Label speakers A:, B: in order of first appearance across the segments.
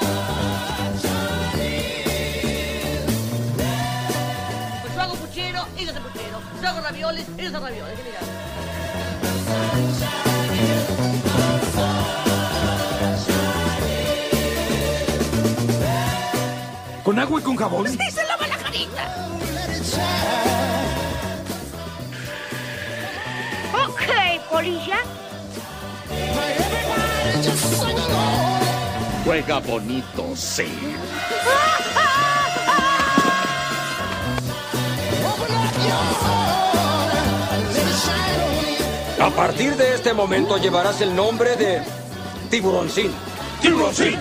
A: Pues pulquero, ellos de pulquero. Yo hago ravioles, ellos de ravioles. Mira.
B: ¿Con agua y con jabón?
A: ¡Díselo, malajarita!
C: Ok, polilla.
D: Juega bonito, sí.
B: A partir de este momento llevarás el nombre de Tiburoncín. ¡Tiburoncín!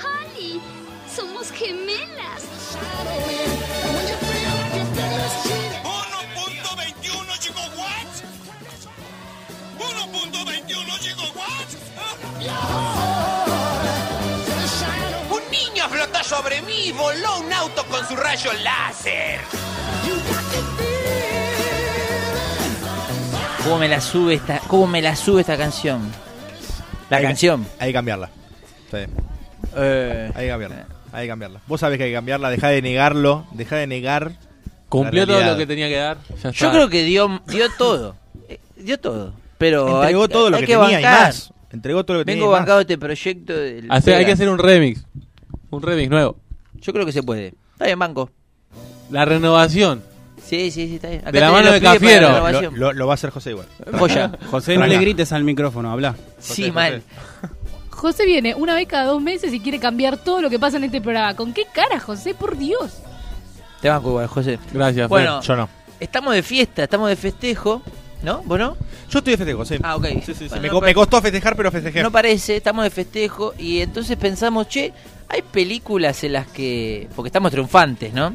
C: Holly, somos gemelas.
E: 1.21 chico watts 1.21 chico watts Un niño flotó sobre mí y voló un auto con su rayo láser.
F: ¿Cómo me la sube esta, cómo me la sube esta canción? La
G: Hay que-
F: canción.
G: Hay que cambiarla. Sí,
F: Eh,
G: hay que cambiarla. Hay que cambiarla. Vos sabés que hay que cambiarla, deja de negarlo, deja de negar.
H: Cumplió
G: La
H: todo
G: realidad.
H: lo que tenía que dar. ya
F: yo
H: está.
F: creo que dio, dio todo. Eh, Dio todo. Pero
G: Entregó
F: Oh, hay,
G: todo lo
F: hay
G: que, tenía y
F: bancar.
G: más. Entregó todo lo que
F: Vengo
G: tenía y
F: bancado
G: más.
F: este proyecto. del
H: Hacer- hay
F: Pega.
H: que hacer un remix. Un remix nuevo.
F: Yo creo que se puede. Está bien, banco.
H: La renovación.
F: Sí, sí, sí, está bien. Acá
H: De la
F: tenés
H: mano
F: los
H: de
F: pibes para
H: Cafiero.
F: la
H: Lo-
G: Lo,
F: grabación.
G: lo- lo va a hacer José igual.
F: Joya.
I: José, no le
G: Tranca.
I: grites al micrófono, habla.
F: Sí,
G: José.
F: mal.
J: José viene una vez cada dos meses y quiere cambiar todo lo que pasa en este programa. ¿Con qué cara, José? Por Dios.
F: Te banco igual, José.
H: Gracias, Fer.
F: Bueno,
G: Yo no.
F: estamos de fiesta, estamos de festejo. ¿No? ¿Vos no?
G: Yo estoy de festejo, sí.
F: Ah, ok.
G: Sí, sí, sí.
F: Bueno,
G: Me,
F: no
G: co-
F: pa-
G: me costó festejar, pero festejé.
F: No parece, estamos de festejo y entonces pensamos, che, hay películas en las que... Porque estamos triunfantes, ¿no?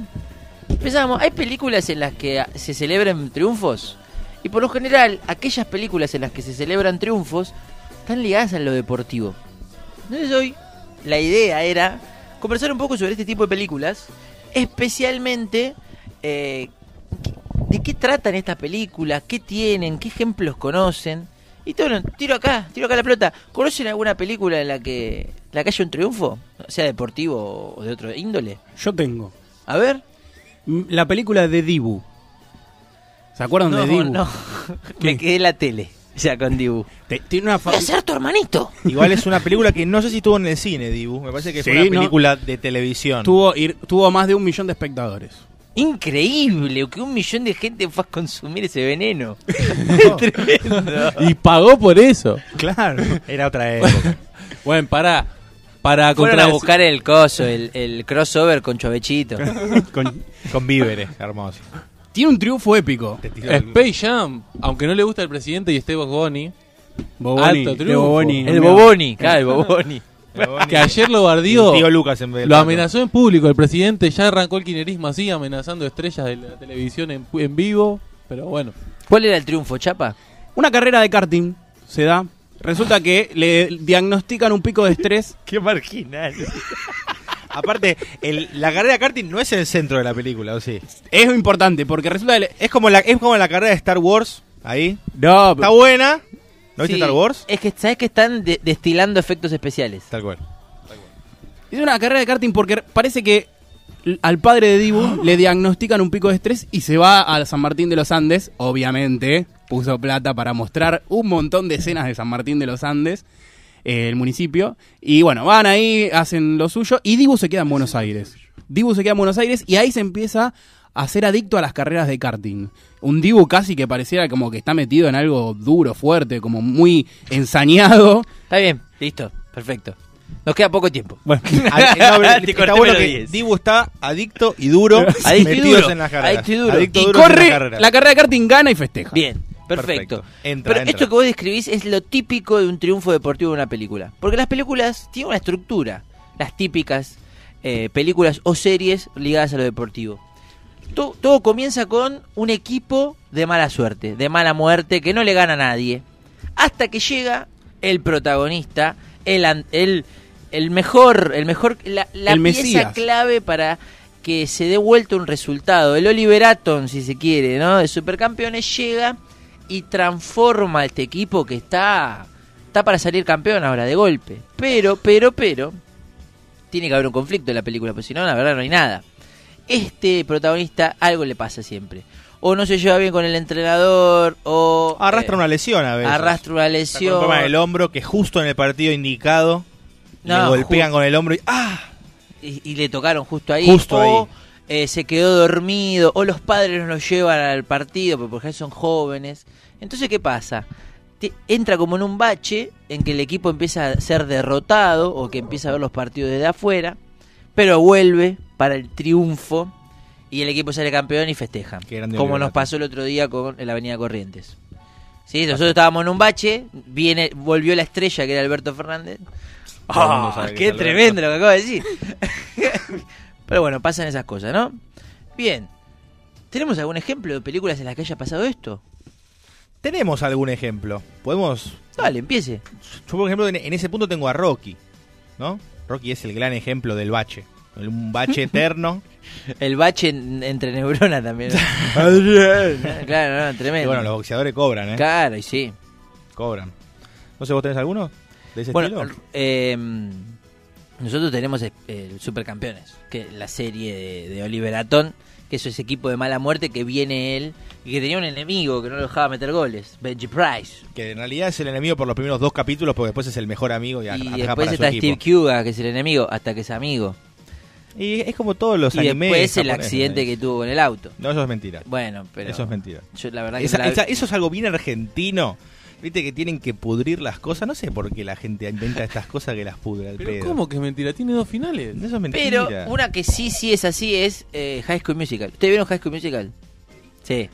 F: Pensábamos, hay películas en las que ah, se celebran triunfos. Y por lo general, aquellas películas en las que se celebran triunfos están ligadas a lo deportivo. Entonces hoy la idea era conversar un poco sobre este tipo de películas, especialmente eh, de qué tratan estas películas, qué tienen, qué ejemplos conocen. Y todo, lo- tiro acá, tiro acá la pelota. ¿Conocen alguna película en la que, la que haya un triunfo? Sea deportivo o de otro índole.
I: Yo tengo.
F: A ver.
I: M- La película de Dibu. ¿Se acuerdan de Dibu?
F: no. Me quedé en la tele, ya con Dibu.
I: Te- tiene una fa-
F: Voy a ser tu hermanito.
G: Igual es una película que no sé si estuvo en el cine, Dibu. Me parece que
I: Sí,
G: fue una
I: no.
G: película de televisión.
I: tuvo, ir- tuvo más de un millón de espectadores.
F: Increíble, que un millón de gente fue a consumir ese veneno. Es Tremendo.
H: Y pagó por eso.
G: Claro. Era otra época.
H: Bueno, para para
F: Fueron a
H: contradecir-
F: buscar el coso, el, el crossover con Chovechito.
I: Con-
G: Con víveres, hermoso.
I: tiene un triunfo épico. Eh.
G: Te tiró el-
H: Space Jam, aunque no le gusta el presidente y esté Bogoni,
I: Boboni,
H: Alto
I: de
H: triunfo.
I: Boboni,
F: El
I: amigo.
F: Boboni, claro, el Boboni.
H: que ayer lo
G: El
H: bardió,
G: tío Lucas en vez del
H: lo
G: pato.
H: amenazó en público. El presidente ya arrancó el kinerismo así, amenazando estrellas de la televisión en, pu- en vivo. Pero bueno,
F: ¿Cuál era el triunfo, Chapa?
I: Una carrera de karting se da. Resulta que le diagnostican un pico de estrés.
G: Qué marginal. Aparte, el- la carrera de karting no es el centro de la película, ¿o sí?
I: Es importante porque resulta que le-
G: Es como la, es como la carrera de Star Wars, ahí.
I: No,
G: Está buena. ¿No viste
F: Sí,
G: Star Wars?
F: Es que sabes que están de- destilando efectos especiales.
G: Tal cual.
I: es una carrera de karting porque parece que l- al padre de Dibu le diagnostican un pico de estrés y se va a San Martín de los Andes, obviamente. Puso plata para mostrar un montón de escenas de San Martín de los Andes, eh, el municipio. Y bueno, van ahí, hacen lo suyo y Dibu se queda en Buenos Aires. Dibu se queda en Buenos Aires y ahí se empieza a ser adicto a las carreras de karting. Un Dibu casi que pareciera como que está metido en algo duro, fuerte, como muy ensañado.
F: Está bien, listo, perfecto. Nos queda poco tiempo.
G: Al- Ah, no, pero
F: Te
G: está
F: corté
G: bueno
F: menos
G: que
F: 10.
G: Dibu está adicto y duro.
F: Adicto y
G: metidos
F: duro.
G: En las carreras.
F: Adicto y duro.
I: Y corre,
G: en las
I: la carrera.
G: carreras.
I: de karting gana y festeja.
F: Bien, perfecto.
G: Perfecto. Entra,
F: Pero
G: entra.
F: esto que vos describís es lo típico de un triunfo deportivo de una película. Porque las películas tienen una estructura. Las típicas eh, películas o series ligadas a lo deportivo. To- todo comienza con un equipo de mala suerte, de mala muerte, que no le gana a nadie. Hasta que llega el protagonista, el, an- el, el mejor, el mejor, la, la
I: El
F: pieza
I: Mesías.
F: clave para que se dé vuelta un resultado. El Oliver Atom, si se quiere, ¿no? De Supercampeones llega y transforma a este equipo que está, está para salir campeón ahora de golpe. Pero, pero, pero, tiene que haber un conflicto en la película, porque si no, la verdad no hay nada. este protagonista algo le pasa siempre. O no se lleva bien con el entrenador, o...
G: Arrastra
F: eh,
G: una lesión a veces.
F: Arrastra una
G: Está con un
F: lesión.
G: problema del hombro que justo en el partido indicado le
F: No,
G: golpean
F: ju-
G: con el hombro y ¡ah!
F: y, y le tocaron justo ahí.
G: Justo
F: o, eh, se quedó dormido, o los padres no lo llevan al partido, porque por ejemplo son jóvenes. Entonces, ¿qué pasa? Te- entra como en un bache en que el equipo empieza a ser derrotado o que empieza a ver los partidos desde afuera, pero vuelve para el triunfo y el equipo sale campeón y festeja.
G: Qué grande
F: Como
G: Oliverato.
F: nos pasó el otro día con la Avenida Corrientes. Sí, nosotros estábamos en un bache, viene, volvió la estrella que era Alberto Fernández.
G: Todo el mundo
F: Ah,
G: sabe que
F: ¡Qué
G: es Alberto.
F: tremendo lo que acabo de decir! Pero bueno, pasan esas cosas, ¿no? Bien. ¿Tenemos algún ejemplo de películas en las que haya pasado esto?
G: Tenemos algún ejemplo. Podemos.
F: Dale, empiece.
G: Yo, por ejemplo, en, en ese punto tengo a Rocky. ¿No? Rocky es el gran ejemplo del bache. El- Un bache eterno.
F: El bache en- entre neuronas también. ¿no? claro, no,
G: Y
F: tremendo.
G: bueno, los boxeadores cobran, ¿eh?
F: Claro, y sí.
G: Cobran. No sé, ¿vos tenés alguno? ¿De ese
F: Bueno,
G: estilo?
F: eh, nosotros tenemos eh, Supercampeones, que la serie de, de Oliver Atón, que eso es equipo de mala muerte que viene él y que tenía un enemigo que no lo dejaba meter goles, Benji Price.
G: Que en realidad es el enemigo por los primeros dos capítulos, porque después es el mejor amigo y,
F: Y
G: atraja
F: después
G: para su
F: está
G: equipo.
F: Steve Kuga, que es el enemigo, hasta que es amigo.
G: Y es como todos los
F: y
G: animes.
F: después el
G: japoneses,
F: accidente
G: ¿no?
F: que tuvo con el auto.
G: No, eso es mentira.
F: Bueno, pero.
G: Eso es mentira.
F: Yo la verdad que
G: Esa-
F: no la-
G: esa- eso es algo bien argentino. Viste que tienen que pudrir las cosas. No sé por qué la gente inventa estas cosas que las pudra el
H: Pero
G: pedo.
H: ¿cómo que es mentira? Tiene dos finales.
G: Eso es mentira.
F: Pero una que sí, sí es así es eh, High School Musical. ¿Ustedes vieron High School Musical? Sí.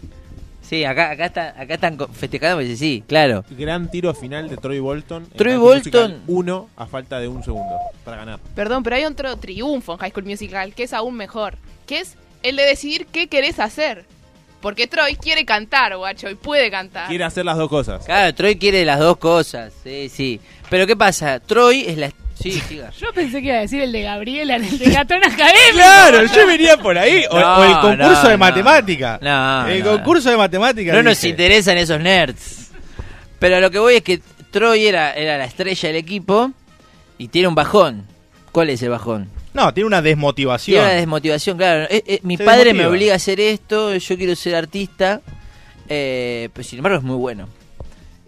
F: Sí, acá, acá, está, acá están co- festejando porque sí, claro.
K: Gran tiro final de Troy Bolton. en
F: Troy
K: High School Musical
F: Bolton.
K: Uno a falta de un segundo para ganar.
L: Perdón, pero hay otro triunfo en High School Musical que es aún mejor, que es el de decidir qué querés hacer. Porque Troy quiere cantar, guacho, y puede cantar.
K: Quiere hacer las dos cosas.
F: Claro, Troy quiere las dos cosas, sí, sí. Pero ¿qué pasa? Troy es la... Sí, siga.
J: Yo pensé que iba a decir el de Gabriela, el de Gatón Académico.
G: Claro, yo venía por ahí. O,
F: No,
G: o el concurso
F: no,
G: de
F: no.
G: matemática.
F: No,
G: el
F: no,
G: concurso de matemática.
F: No nos
G: dije.
F: interesan esos nerds. Pero lo que voy es que Troy era, era la estrella del equipo y tiene un bajón. ¿Cuál es el bajón?
G: No, tiene una desmotivación.
F: Tiene una desmotivación, claro. Eh, eh, mi
G: Se
F: padre me
G: desmotiva.
F: obliga a hacer esto, yo quiero ser artista, eh, pero sin embargo es muy bueno.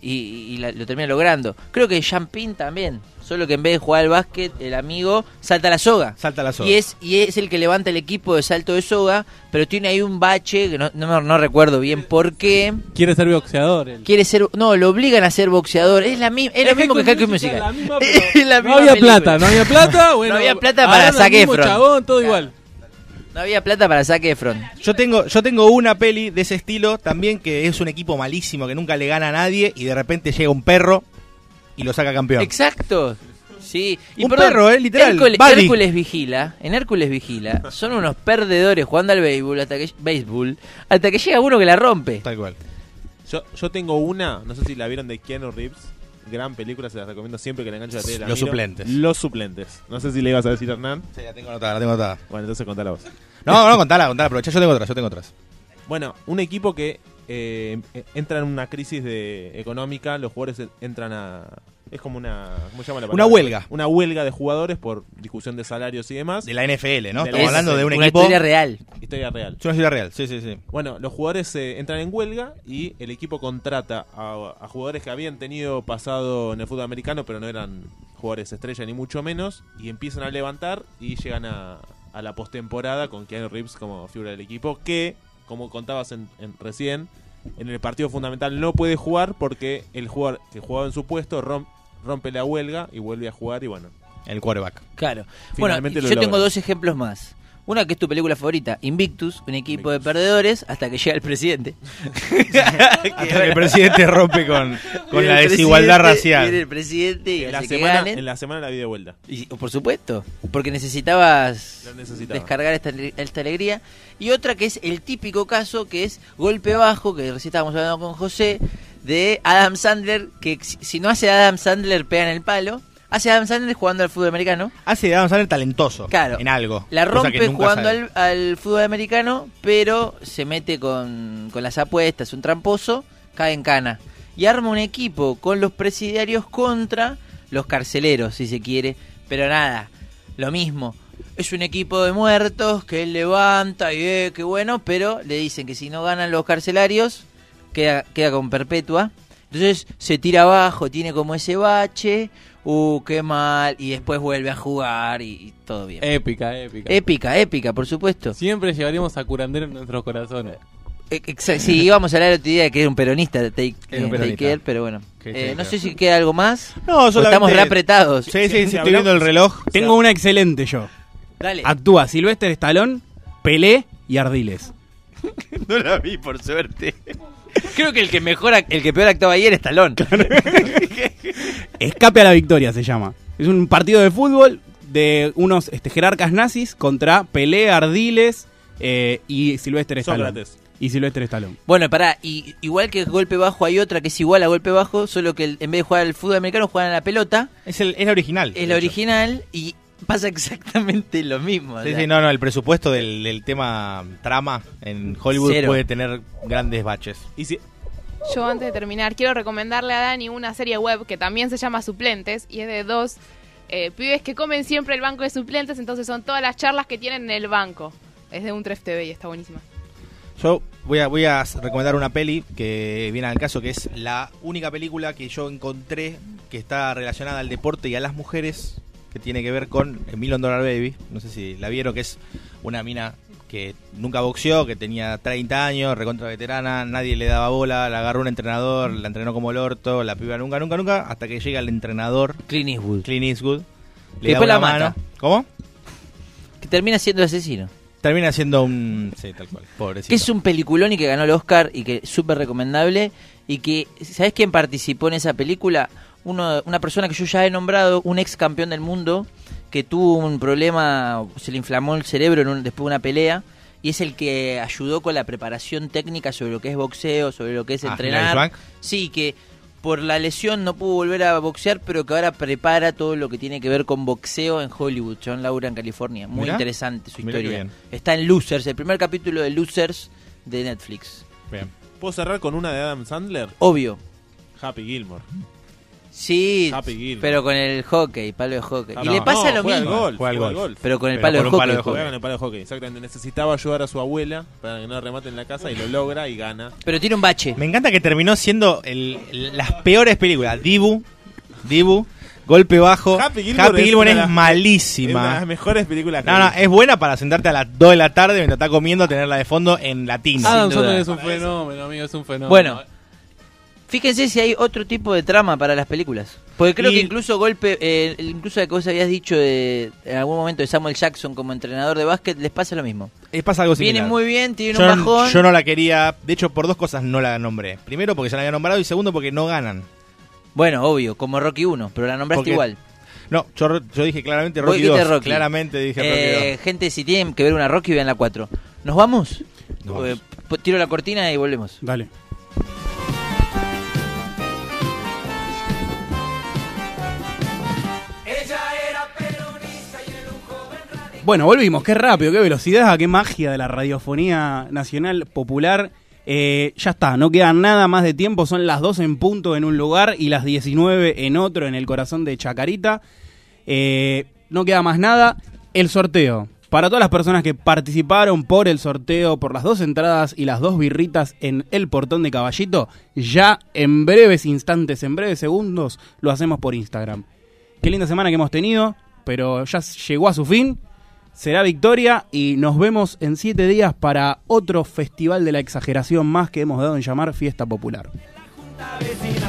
F: Y, y la- lo termina logrando. Creo que Champin también, solo que en vez de jugar al básquet, el amigo salta la soga.
G: Salta la soga.
F: Y es, y es el que levanta el equipo de salto de soga, pero tiene ahí un bache, que no, no, me- no recuerdo bien por qué.
H: Quiere ser boxeador. él.
F: Quiere ser, no, lo obligan a ser boxeador. Es, la mi- es lo
H: Es
F: mismo que
H: High
F: High
H: School
F: School
H: Musical,
F: Musical.
H: la misma-
F: Es la
H: No
F: misma
H: había
F: película.
H: plata, no había plata. Bueno,
F: había plata para
H: agarran al
F: Zac
H: mismo
F: Efron.
H: chabón, todo igual.
F: No había plata para Zac Efron.
G: Yo tengo, yo tengo una peli de ese estilo también que es un equipo malísimo que nunca le gana a nadie y de repente llega un perro y lo saca campeón.
F: Exacto. Sí.
G: Un perro, ¿eh? Literal.
F: Hércules,
G: Buddy.
F: Hércules Vigila. En Hércules Vigila son unos perdedores jugando al béisbol hasta que, béisbol, hasta que llega uno que la rompe.
G: Tal cual.
K: Yo, yo tengo una, no sé si la vieron de Keanu Reeves. Gran película, se la recomiendo siempre que la enganche la tele. la
G: Los
K: miro.
G: suplentes.
K: Los suplentes. No sé si le ibas a decir Hernán.
G: Sí, la tengo anotada, la tengo anotada.
K: Bueno, entonces contala vos.
G: No, no, contala, contala, aprovechá, yo tengo otras, yo tengo otras.
K: Bueno, un equipo que eh, em- entra en una crisis de, económica, los jugadores en- entran a... Es como una... ¿Cómo se llama la
G: Una
K: palabra?
G: huelga.
K: Una huelga de jugadores por discusión de salarios y demás.
G: De la NFL, ¿no?
K: De la
G: Estamos
K: Es
G: hablando de un
F: una
G: equipo.
F: historia real.
K: Historia real.
G: Es una ciudad real, sí, sí, sí.
K: Bueno, los jugadores eh, entran en huelga y el equipo contrata a, a jugadores que habían tenido pasado en el fútbol americano, pero no eran jugadores estrella ni mucho menos, y empiezan a levantar y llegan a, a la postemporada con Keanu Reeves como figura del equipo, que, como contabas en- en- recién, en el partido fundamental no puede jugar porque el jugador que jugaba en su puesto rom- rompe la huelga y vuelve a jugar y bueno.
G: El quarterback.
F: Claro.
K: Finalmente lo
F: bueno, yo tengo
K: logran.
F: dos ejemplos más. Una que es tu película favorita, Invictus, un equipo de perdedores hasta que llega el presidente.
G: Hasta que el presidente rompe con, con la
F: Viene el
G: desigualdad
F: presidente,
G: racial.
F: viene el presidente y
K: En la,
F: hace que
K: semana,
F: ganen.
K: en la semana la vi de vuelta.
F: Y, por supuesto, porque necesitabas
K: Lo necesitaba.
F: descargar esta, ale- esta alegría. Y otra que es el típico caso, que es Golpe Bajo, que recién estábamos hablando con José, de Adam Sandler, que si si no hace Adam Sandler pega en el palo, hace Adam Sandler jugando al fútbol americano,
G: Hace de Adam Sandler talentoso.
F: Claro.
G: En algo.
F: la
G: cosa que
F: rompe
G: nunca
F: jugando
G: sabe.
F: al, al fútbol americano, pero se mete con, con las apuestas, un tramposo, cae en cana. Y arma un equipo con los presidiarios contra los carceleros, si se quiere. Pero nada, lo mismo. es un equipo de muertos que él levanta y eh, qué bueno, pero le dicen que si no ganan los carcelarios, queda, queda con perpetua. Entonces se tira abajo, tiene como ese bache, uh, qué mal, y después vuelve a jugar y, y todo bien.
H: Épica, épica.
F: Épica, épica, por supuesto.
H: Siempre llevaremos a Curandero en nuestros corazones.
F: Exacto, sí, íbamos a hablar otro día de que era un peronista de Take,
H: Era un
F: eh,
H: peronista.
F: Taker, pero bueno.
H: Que
F: Eh,
H: Taker.
F: no sé si queda algo más.
G: No,
F: O
G: solamente-
F: Estamos reapretados.
G: Sí, sí, sí, estoy viendo el reloj.
I: Tengo una excelente yo.
F: Dale.
H: Ah.
I: Actúa Silvestre Stallone, Pelé y Ardiles.
F: No la vi, por suerte. Creo que el que mejor, ac- el que peor actuaba ayer es Talón.
I: Escape a la victoria se llama. Es un partido de fútbol de unos este, jerarcas nazis contra Pelé, Ardiles eh, y Silvestre Stallone.
K: Sócrates.
I: Y Silvestre Stallone.
F: Bueno, pará, y, igual que golpe bajo hay otra que es igual a golpe bajo, solo que el- en vez de jugar al fútbol americano juegan a la pelota.
G: Es, el, es la original.
F: Es la original y pasa exactamente lo mismo. o
G: Sí,
F: sea,
G: sí, no, no, el presupuesto del, del tema trama en Hollywood
F: Cero.
G: puede tener grandes baches.
K: Y si,
L: Yo antes de terminar quiero recomendarle a Dani una serie web que también se llama Suplentes y es de dos eh, pibes que comen siempre el banco de suplentes, entonces son todas las charlas que tienen en el banco. Es de un 3 TV y está buenísima.
G: Yo voy a, voy a recomendar una peli que viene al caso, que es la única película que yo encontré que está relacionada al deporte y a las mujeres, que tiene que ver con Million Dollar Baby. No sé si la vieron, que es una mina que nunca boxeó, que tenía 30 años, recontra veterana, nadie le daba bola, la agarró un entrenador, la entrenó como el orto, la piba nunca, nunca, nunca, hasta que llega el entrenador
F: Clint Eastwood.
G: Clint Eastwood.
F: Que después la
G: mano.
F: mata.
G: ¿Cómo?
F: Que termina siendo asesino.
G: Termina siendo un... Sí, tal cual. Pobrecito.
F: Que es un peliculón y que ganó el Oscar y que es súper recomendable. Y que, ¿sabes quién participó en esa película? Uno, una persona que yo ya he nombrado, un ex campeón del mundo, que tuvo un problema, se le inflamó el cerebro en un- después de una pelea. Y es el que ayudó con la preparación técnica sobre lo que es boxeo, sobre lo que es
G: Ah,
F: entrenar.
G: Hilary Swank.
F: Sí, que por la lesión no pudo volver a boxear, pero que ahora prepara todo lo que tiene que ver con boxeo en Hollywood, John Laura en California. Muy
G: Mirá.
F: interesante su
G: Mirá qué
F: historia.
G: bien.
F: Está en Losers, el primer capítulo de Losers de Netflix.
K: ¿Puedo cerrar con una de Adam Sandler?
F: Obvio.
K: Happy Gilmore.
F: Sí,
K: Happy Gilmore.
F: pero con el hockey, palo de hockey.
K: Ah,
F: y
K: no.
F: le pasa
K: No,
F: lo
K: juega
F: mismo.
K: Al golf,
G: Juega al golf.
F: Pero con el
G: Pero
F: palo,
G: con
F: de
G: un palo
F: hockey,
G: de
K: Juega con el palo de hockey, exactamente. Necesitaba ayudar a su abuela para que no remate en la casa y lo logra y gana.
F: Pero tiene un bache.
G: Me encanta que terminó siendo el- el- las peores películas. Dibu, Dibu, Golpe Bajo.
K: Happy Gilmore es
G: Gilmore
K: una
G: es,
K: de las- Es una de
G: malísima.
K: las mejores películas que
G: No, no,
K: vi.
G: es buena para sentarte a las 2 de la tarde mientras está comiendo, tenerla de fondo en latino.
F: Ah,
H: Adam Sandler es un fenómeno, amigo, es un fenómeno.
F: Bueno, fíjense si hay otro tipo de trama para las películas. Porque creo
G: Y-
F: que incluso golpe, eh, incluso la que vos habías dicho de, en algún momento de Samuel Jackson como entrenador de básquet, les pasa lo mismo.
G: Eh, pasa algo similar.
F: Viene muy bien, tiene
G: yo,
F: un bajón.
G: yo no la quería, de hecho por dos cosas no la nombré. Primero porque ya la había nombrado y segundo porque no ganan.
F: Bueno, obvio, como Rocky 1, pero la nombraste
G: Porque-
F: igual.
G: No, yo, yo dije claramente
F: Vos
G: Rocky
F: dijiste
G: 2.
F: Rocky.
G: Claramente dije
F: Eh,
G: Rocky 2.
F: Gente, si tienen que ver una Rocky, vean la 4. ¿Nos vamos?
G: Nos vamos.
F: Eh, p- tiro la cortina y volvemos.
I: Dale. Bueno, volvimos. Qué rápido, qué velocidad, qué magia de la radiofonía nacional popular. Eh, ya está, no queda nada más de tiempo. Son las 12 en punto en un lugar y las 19 en otro, en el corazón de Chacarita. Eh, no queda más nada. El sorteo. Para todas las personas que participaron por el sorteo, por las dos entradas y las dos birritas en el portón de caballito, ya en breves instantes, en breves segundos, lo hacemos por Instagram. Qué linda semana que hemos tenido, pero ya llegó a su fin. Será victoria y nos vemos en siete días para otro festival de la exageración más que hemos dado en llamar Fiesta Popular.
M: vecinal.